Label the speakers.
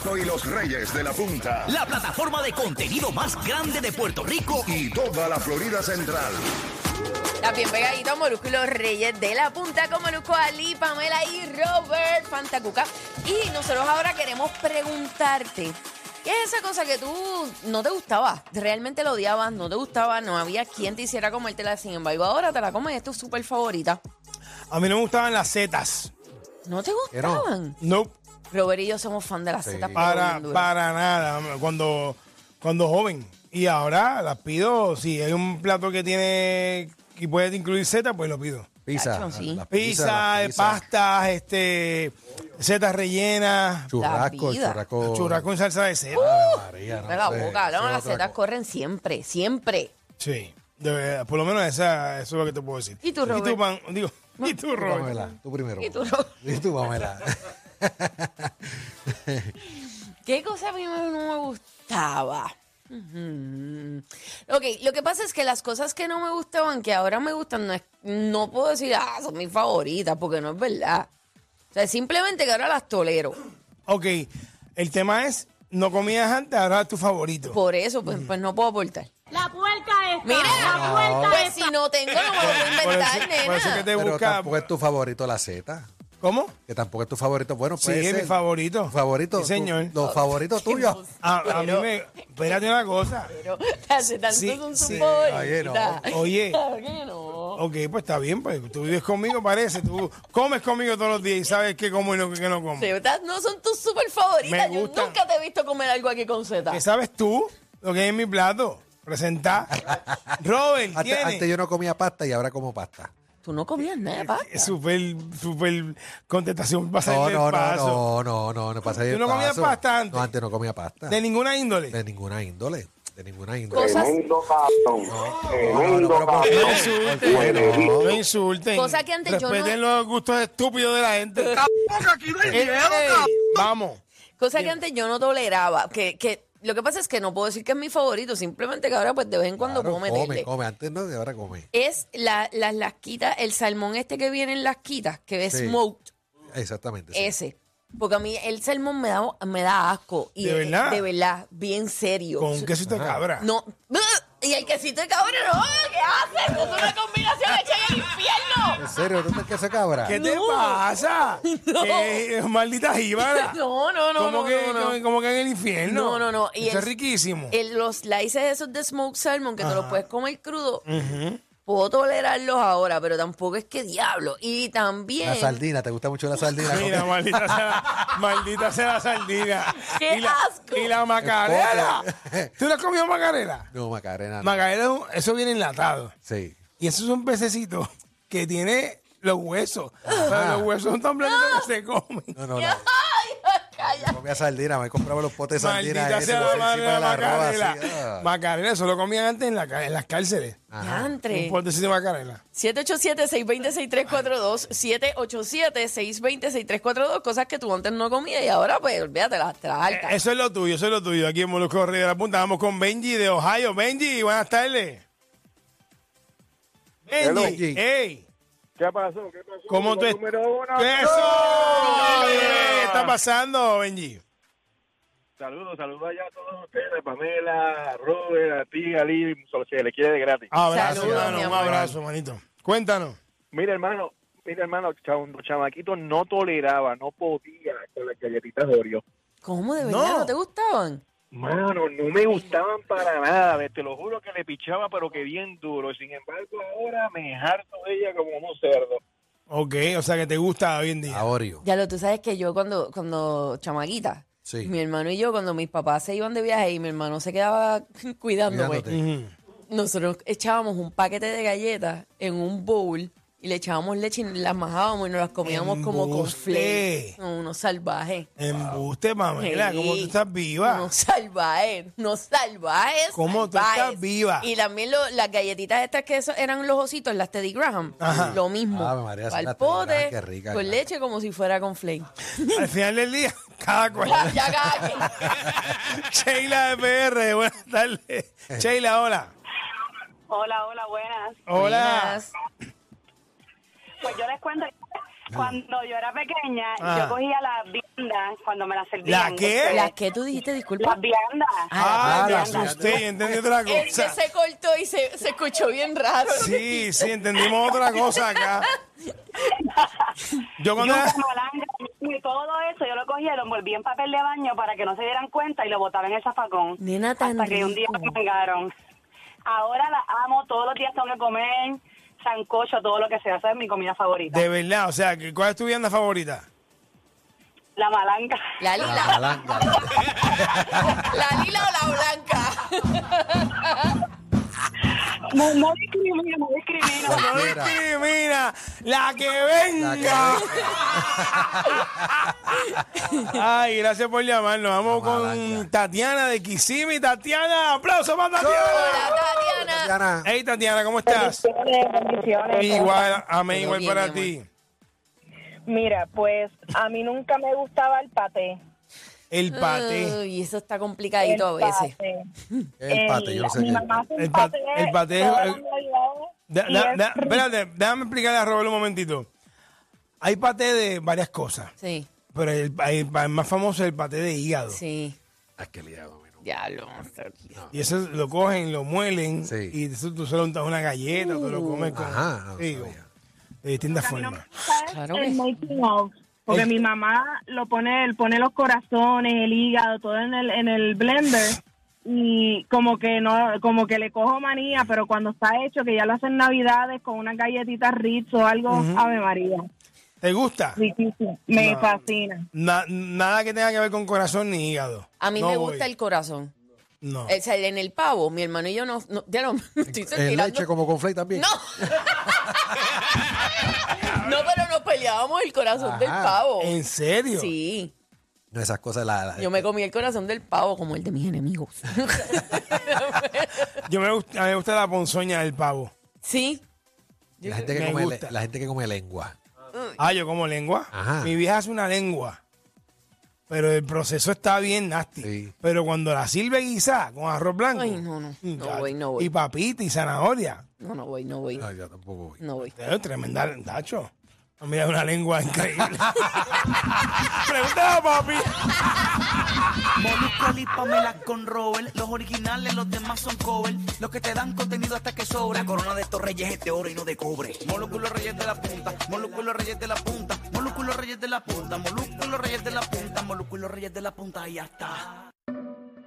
Speaker 1: Rico y los Reyes de la Punta.
Speaker 2: La plataforma de contenido más grande de Puerto Rico.
Speaker 1: Y toda la Florida Central.
Speaker 3: También pegadito Molusco y los Reyes de la Punta con Molusco Ali, Pamela y Robert Fantacuca. Y nosotros ahora queremos preguntarte, ¿qué es esa cosa que tú no te gustaba? Realmente lo odiabas, no te gustaba, no había quien te hiciera comértela. Sin embargo, ahora te la comes, es tu súper favorita.
Speaker 4: A mí no me gustaban las setas.
Speaker 3: ¿No te gustaban?
Speaker 4: No,
Speaker 3: Robert y yo somos fan de las setas. pero
Speaker 4: para,
Speaker 3: bien duras.
Speaker 4: para nada. Cuando, cuando joven. Y ahora las pido. Si hay un plato que tiene y puede incluir setas, pues lo pido.
Speaker 5: Pizza.
Speaker 3: Cacho, sí.
Speaker 5: las pizzas,
Speaker 4: Pizza,
Speaker 5: las
Speaker 4: eh,
Speaker 5: pizzas,
Speaker 4: pastas, este, setas rellenas,
Speaker 5: Churrasco,
Speaker 3: La vida.
Speaker 5: churrasco.
Speaker 4: churrasco en salsa de seta.
Speaker 5: Ave María, no
Speaker 3: Mira la
Speaker 5: sé,
Speaker 3: boca,
Speaker 5: eso
Speaker 3: ¿no?
Speaker 5: es
Speaker 3: Las
Speaker 5: otra
Speaker 3: setas
Speaker 5: cosa.
Speaker 3: corren siempre, siempre.
Speaker 4: Sí. de verdad, por lo menos esa, eso es lo que te puedo decir.
Speaker 3: ¿Y tú,
Speaker 4: Y
Speaker 3: Robert?
Speaker 4: tú, Pan- digo, ¿y tú,
Speaker 5: Tú,
Speaker 4: Robert?
Speaker 5: Pamela, tú primero.
Speaker 3: Y tú, Robert.
Speaker 5: Y tú, Pamela.
Speaker 3: ¿Qué cosa a mí no me gustaba? Ujú. Ok, lo que pasa es que las cosas que no me gustaban, que ahora me gustan, no, es- no puedo decir, ah, son mis favoritas, porque no es verdad. O sea, simplemente que ahora las tolero.
Speaker 4: Ok, el tema es, no comías antes, ahora es tu favorito.
Speaker 3: Por eso, pues, pues no puedo aportar.
Speaker 6: La puerta está.
Speaker 3: Mira,
Speaker 6: la puerta
Speaker 3: pues
Speaker 6: está.
Speaker 3: si no tengo, no me lo voy a
Speaker 4: Por eso-
Speaker 3: inventar,
Speaker 4: por eso que
Speaker 3: nena.
Speaker 4: te
Speaker 5: Pero
Speaker 4: busca.
Speaker 5: tampoco es tu favorito la Z.
Speaker 4: ¿Cómo?
Speaker 5: Que tampoco es tu favorito. Bueno,
Speaker 4: Sí,
Speaker 5: puede
Speaker 4: es mi
Speaker 5: ser.
Speaker 4: favorito.
Speaker 5: Tu favorito.
Speaker 4: Sí, señor.
Speaker 5: tu- los favoritos tuyos.
Speaker 4: A, a mí me. Espérate una cosa.
Speaker 3: Pero te hace tanto
Speaker 4: Sí,
Speaker 3: son
Speaker 4: sí,
Speaker 3: sus
Speaker 5: oye, no.
Speaker 3: favoritas.
Speaker 4: Oye.
Speaker 3: Claro que no.
Speaker 4: Ok, pues está bien, pues tú vives conmigo, parece. Tú comes conmigo todos los días y sabes qué como y lo que no como.
Speaker 3: De verdad, no son tus super favoritas.
Speaker 4: Me
Speaker 3: Yo
Speaker 4: gustan.
Speaker 3: nunca te he visto comer algo aquí con Z.
Speaker 4: ¿Qué sabes tú? Lo que hay en mi plato. Presentá. Robert,
Speaker 5: Antes, antes
Speaker 4: tiene.
Speaker 5: yo no comía pasta y ahora como pasta.
Speaker 3: Tú no comías nada, pa.
Speaker 4: Súper, súper contestación para
Speaker 5: No,
Speaker 4: salir
Speaker 5: no,
Speaker 4: del
Speaker 5: no,
Speaker 4: paso.
Speaker 5: no, no, no, no pasa
Speaker 4: ¿Tú no comías pasta antes?
Speaker 5: No, antes no comía pasta.
Speaker 4: De
Speaker 5: De,
Speaker 4: ninguna índole.
Speaker 5: ninguna índole. De ninguna índole.
Speaker 3: Cosas,
Speaker 7: Tremendo cabrón. Tremendo
Speaker 5: No, no, pero-
Speaker 4: No
Speaker 7: cabrón.
Speaker 4: insulten. No, insulten.
Speaker 3: Cosa que antes yo
Speaker 4: Respeten
Speaker 3: no-
Speaker 4: los gustos estúpidos de la gente. Ey, Vamos.
Speaker 3: cosa que antes yo no toleraba. Que, que lo que pasa es que no puedo decir que es mi favorito, simplemente que ahora pues de vez en cuando
Speaker 5: Claro,
Speaker 3: puedo meterle.
Speaker 5: come, come. Antes no, y ahora come.
Speaker 3: Es la- las lasquitas, el salmón este que viene en lasquitas, que es
Speaker 5: Sí.
Speaker 3: smoked,
Speaker 5: Exactamente. sí.
Speaker 3: ese. Porque a mí el salmón me da, me da asco. Y
Speaker 4: ¿De verdad?
Speaker 3: De verdad, bien serio.
Speaker 4: Con queso te cabra.
Speaker 3: No. Y el quesito de cabra, no, ¿qué haces? Es una combinación hecha en el infierno.
Speaker 5: ¿En serio? ¿Tú te que se cabra?
Speaker 4: ¿Qué te pasa? Eh, maldita jíbara.
Speaker 3: No, no, no.
Speaker 4: como
Speaker 3: no,
Speaker 4: que,
Speaker 3: no, no.
Speaker 4: como- como que en el infierno.
Speaker 3: No, no, no.
Speaker 4: Eso
Speaker 3: el-
Speaker 4: es riquísimo.
Speaker 3: el- los slices esos de smoked salmon que te los puedes comer crudo, puedo tolerarlos ahora, pero tampoco es que diablo. Y también.
Speaker 5: La sardina, ¿te gusta mucho la sardina?
Speaker 4: Mira,
Speaker 5: Come-
Speaker 4: maldita sea, la- maldita sea la sardina.
Speaker 3: ¡Qué
Speaker 4: y la,
Speaker 3: asco!
Speaker 4: Y la macarena. ¿Tú no has comido macarena?
Speaker 5: No, Macarena. no.
Speaker 4: Macarena, es un- eso viene enlatado.
Speaker 5: Sí.
Speaker 4: Y eso es un pececito que tiene los huesos. O sea, los huesos son tan blanditos que se comen.
Speaker 5: No, no,
Speaker 3: ¡Ay,
Speaker 5: no.
Speaker 3: ay, calla!
Speaker 5: Comía sardina, me compraba los potes de sardina.
Speaker 4: Maldita
Speaker 5: esos
Speaker 4: sea la
Speaker 5: encima
Speaker 4: madre de la
Speaker 5: del arroz,
Speaker 4: macarena.
Speaker 5: así, ah.
Speaker 4: Macarena, eso lo comían antes en, la ca- en las cárceles. Un
Speaker 3: Diantre.
Speaker 4: potecito de macarena.
Speaker 3: 787-620-6342, 787-620-6342, cosas que tú antes no comías y ahora, pues, olvídate, las
Speaker 4: Eh,
Speaker 3: traes
Speaker 4: Eso es lo tuyo, eso es lo tuyo. Aquí en Molusco Rey de la Punta vamos con Benji de Ohio. Benji, buenas tardes.
Speaker 5: Hello.
Speaker 4: Benji, hey,
Speaker 7: ¿Qué pasó? ¿Qué pasó?
Speaker 4: ¿cómo tú estás?
Speaker 7: Número uno.
Speaker 4: ¡Eso! ¿Qué está pasando, Benji?
Speaker 7: Saludos, saludos allá a todos ustedes, Pamela, a Robert, a ti, a Lee, solo se le quiere de gratis.
Speaker 4: Abrazo,
Speaker 3: Saludos,
Speaker 4: hermano,
Speaker 3: mi
Speaker 4: un
Speaker 3: amor.
Speaker 4: abrazo, manito. Cuéntanos.
Speaker 7: Mira, hermano, mira, hermano, chamaquitos chamaquito no toleraba, no podía con las galletitas de Oreo.
Speaker 3: ¿Cómo de verdad
Speaker 4: No.
Speaker 3: no te gustaban?
Speaker 7: Mano, no me gustaban para nada, ve, te lo juro que le pichaba, pero que bien duro. Sin embargo, ahora me harto de ella como un cerdo.
Speaker 4: Ok, o sea que te gusta hoy en día.
Speaker 5: A Oreo.
Speaker 3: Ya lo, tú sabes que yo cuando, cuando chamaquita,
Speaker 5: Sí.
Speaker 3: mi hermano y yo, cuando mis papás se iban de viaje y mi hermano se quedaba cuidándome,
Speaker 5: Cuidándote.
Speaker 4: Ujú.
Speaker 3: nosotros echábamos un paquete de galletas en un bowl y le echábamos leche y las majábamos y nos las comíamos como con
Speaker 4: Embuste.
Speaker 3: flakes. No, unos salvajes.
Speaker 4: Embuste, Pamela,
Speaker 3: Sí.
Speaker 4: ¿cómo tú estás viva?
Speaker 3: Unos salvajes, unos salvajes.
Speaker 4: Ah. ¿Cómo tú estás
Speaker 3: salvajes.
Speaker 4: viva?
Speaker 3: Y también lo- las galletitas estas que eso- eran los ositos, las Teddy Graham.
Speaker 4: Ajá.
Speaker 3: Lo mismo.
Speaker 5: Ave María, esas
Speaker 3: Pa'l
Speaker 5: las Teddy
Speaker 3: pote,
Speaker 5: Graham, qué ricas,
Speaker 3: con
Speaker 5: ¿verdad?
Speaker 3: leche como si fuera con flakes.
Speaker 4: Al final del día, cada cual.
Speaker 3: Ya, ya cállate.
Speaker 4: Sheila de PR, buenas tardes. Sheila, hola.
Speaker 6: Hola, hola, buenas.
Speaker 4: Hola.
Speaker 3: Buenas.
Speaker 6: Pues yo les cuento,
Speaker 8: Cuando yo era pequeña,
Speaker 4: Ah.
Speaker 8: yo cogía las viandas cuando me las servían.
Speaker 4: ¿La qué?
Speaker 3: Las que tú dijiste, disculpa.
Speaker 8: Las viandas.
Speaker 4: Eh. Ah,
Speaker 5: Ah,
Speaker 4: me
Speaker 5: la
Speaker 4: asusté y entendí otra
Speaker 3: Él
Speaker 4: cosa.
Speaker 3: se cortó y se, se escuchó bien raro.
Speaker 4: Sí, sí, entendimos otra cosa acá. Yo cuando...
Speaker 8: Yuca, malanga, y todo eso, yo lo cogía y lo envolví en papel de baño para que no se dieran cuenta y lo botaba en el zafacón.
Speaker 3: Nena, tan
Speaker 8: Hasta que un día
Speaker 3: rico.
Speaker 8: me mangaron. Ahora la amo, todos los días tengo que comer sancocho, todo lo que sea, esa es mi comida favorita.
Speaker 4: De verdad, o sea, que- ¿cuál es tu vianda favorita?
Speaker 8: La malanga.
Speaker 3: La
Speaker 5: Ah, La
Speaker 3: lila.
Speaker 5: malanga.
Speaker 3: La lila o la blanca.
Speaker 8: No, no discrimino, no discrimino.
Speaker 4: No
Speaker 5: Cualquiera.
Speaker 4: discrimina, la que venga.
Speaker 5: La que-
Speaker 4: Ay, gracias por llamarnos. Vamos
Speaker 5: La
Speaker 4: con
Speaker 5: malanga.
Speaker 4: Tatiana de Kisimi. Tatiana, aplauso para
Speaker 3: Hola,
Speaker 4: Tatiana.
Speaker 3: Tatiana.
Speaker 5: Diana,
Speaker 4: Hey, Tatiana, ¿cómo estás?
Speaker 9: Bendiciones.
Speaker 4: Igual, amén,
Speaker 3: Todo
Speaker 4: igual
Speaker 3: bien, mi
Speaker 4: para
Speaker 3: amor.
Speaker 4: ti.
Speaker 9: Mira, pues a mí nunca me gustaba el paté.
Speaker 4: El paté.
Speaker 3: Uy, eso está
Speaker 9: El
Speaker 3: complicadito a veces.
Speaker 9: paté.
Speaker 5: el pate, yo no sé
Speaker 9: mi
Speaker 5: qué.
Speaker 9: mamá hace un
Speaker 4: El pat-
Speaker 9: paté.
Speaker 4: el paté es-
Speaker 9: todas
Speaker 4: el-
Speaker 9: las navidades,
Speaker 4: Da-
Speaker 9: y
Speaker 4: da-
Speaker 9: es
Speaker 4: da-
Speaker 9: rico.
Speaker 4: espérate, déjame explicarle a Robert un momentito. Hay paté de varias cosas,
Speaker 3: Sí,
Speaker 4: pero el, el- el más famoso es el paté de hígado.
Speaker 3: sí.
Speaker 5: Ah, qué liado, mano.
Speaker 3: Diablo.
Speaker 4: Y eso lo cogen, lo muelen
Speaker 5: Sí.
Speaker 4: y eso tú se lo untas a una galleta, tú
Speaker 3: Uh.
Speaker 4: lo comes con
Speaker 5: Ajá, no
Speaker 4: digo,
Speaker 5: sabía.
Speaker 4: de distintas formas.
Speaker 3: Claro que
Speaker 9: el
Speaker 3: sí.
Speaker 9: making of, Porque
Speaker 4: El-
Speaker 9: mi mamá lo pone, él pone los corazones, el hígado, todo en el, en el blender. Y como que no, como que le cojo manía, pero cuando está hecho, que ya lo hacen navidades con unas galletitas Ritz o algo, Ave María,
Speaker 4: ¿Te gusta?
Speaker 9: riquísimo, me fascina.
Speaker 4: Na- nada que tenga que ver con corazón ni hígado.
Speaker 3: A mí
Speaker 4: No
Speaker 3: me
Speaker 4: voy.
Speaker 3: gusta el corazón.
Speaker 4: No.
Speaker 3: O sea, en el pavo, mi hermano y yo no. no ya no, me estoy
Speaker 5: El
Speaker 3: tirando-
Speaker 5: leche como con flay también.
Speaker 3: No. no, pero nos peleábamos el corazón del pavo.
Speaker 4: ¿En serio?
Speaker 3: Sí.
Speaker 5: No, esas cosas la, la-
Speaker 3: Yo me comí el corazón del pavo como el de mis enemigos.
Speaker 4: Yo me gusta, a mí me gusta la ponzoña del pavo.
Speaker 3: sí.
Speaker 5: la gente que
Speaker 4: me
Speaker 5: come
Speaker 4: gusta.
Speaker 5: le- la gente que come lengua.
Speaker 4: Ah, yo como lengua.
Speaker 5: Ajá.
Speaker 4: Mi vieja hace una lengua. Pero el proceso está bien nasty.
Speaker 5: Sí.
Speaker 4: Pero cuando la sirve guisada con arroz blanco.
Speaker 3: Ay, no, no.
Speaker 4: mm,
Speaker 3: No
Speaker 4: ya-
Speaker 3: voy, no voy.
Speaker 4: Y papita y zanahoria.
Speaker 3: No, no voy, no voy.
Speaker 5: No, yo tampoco voy.
Speaker 3: No voy.
Speaker 4: Eh, Tremenda, Nacho. Mira, una lengua increíble. Pregúntale a papi.
Speaker 2: Molusco, Ali, Pamela con Robert. Los originales, los demás son cover. Los que te dan contenido hasta que sobra. La corona de estos reyes es de oro y no de cobre. Molusco, los reyes de la punta. Molusco, los reyes de la punta. Molusco, los reyes de la punta. Molusco, los reyes de la punta. Molusco, los reyes de la punta. Y ya está.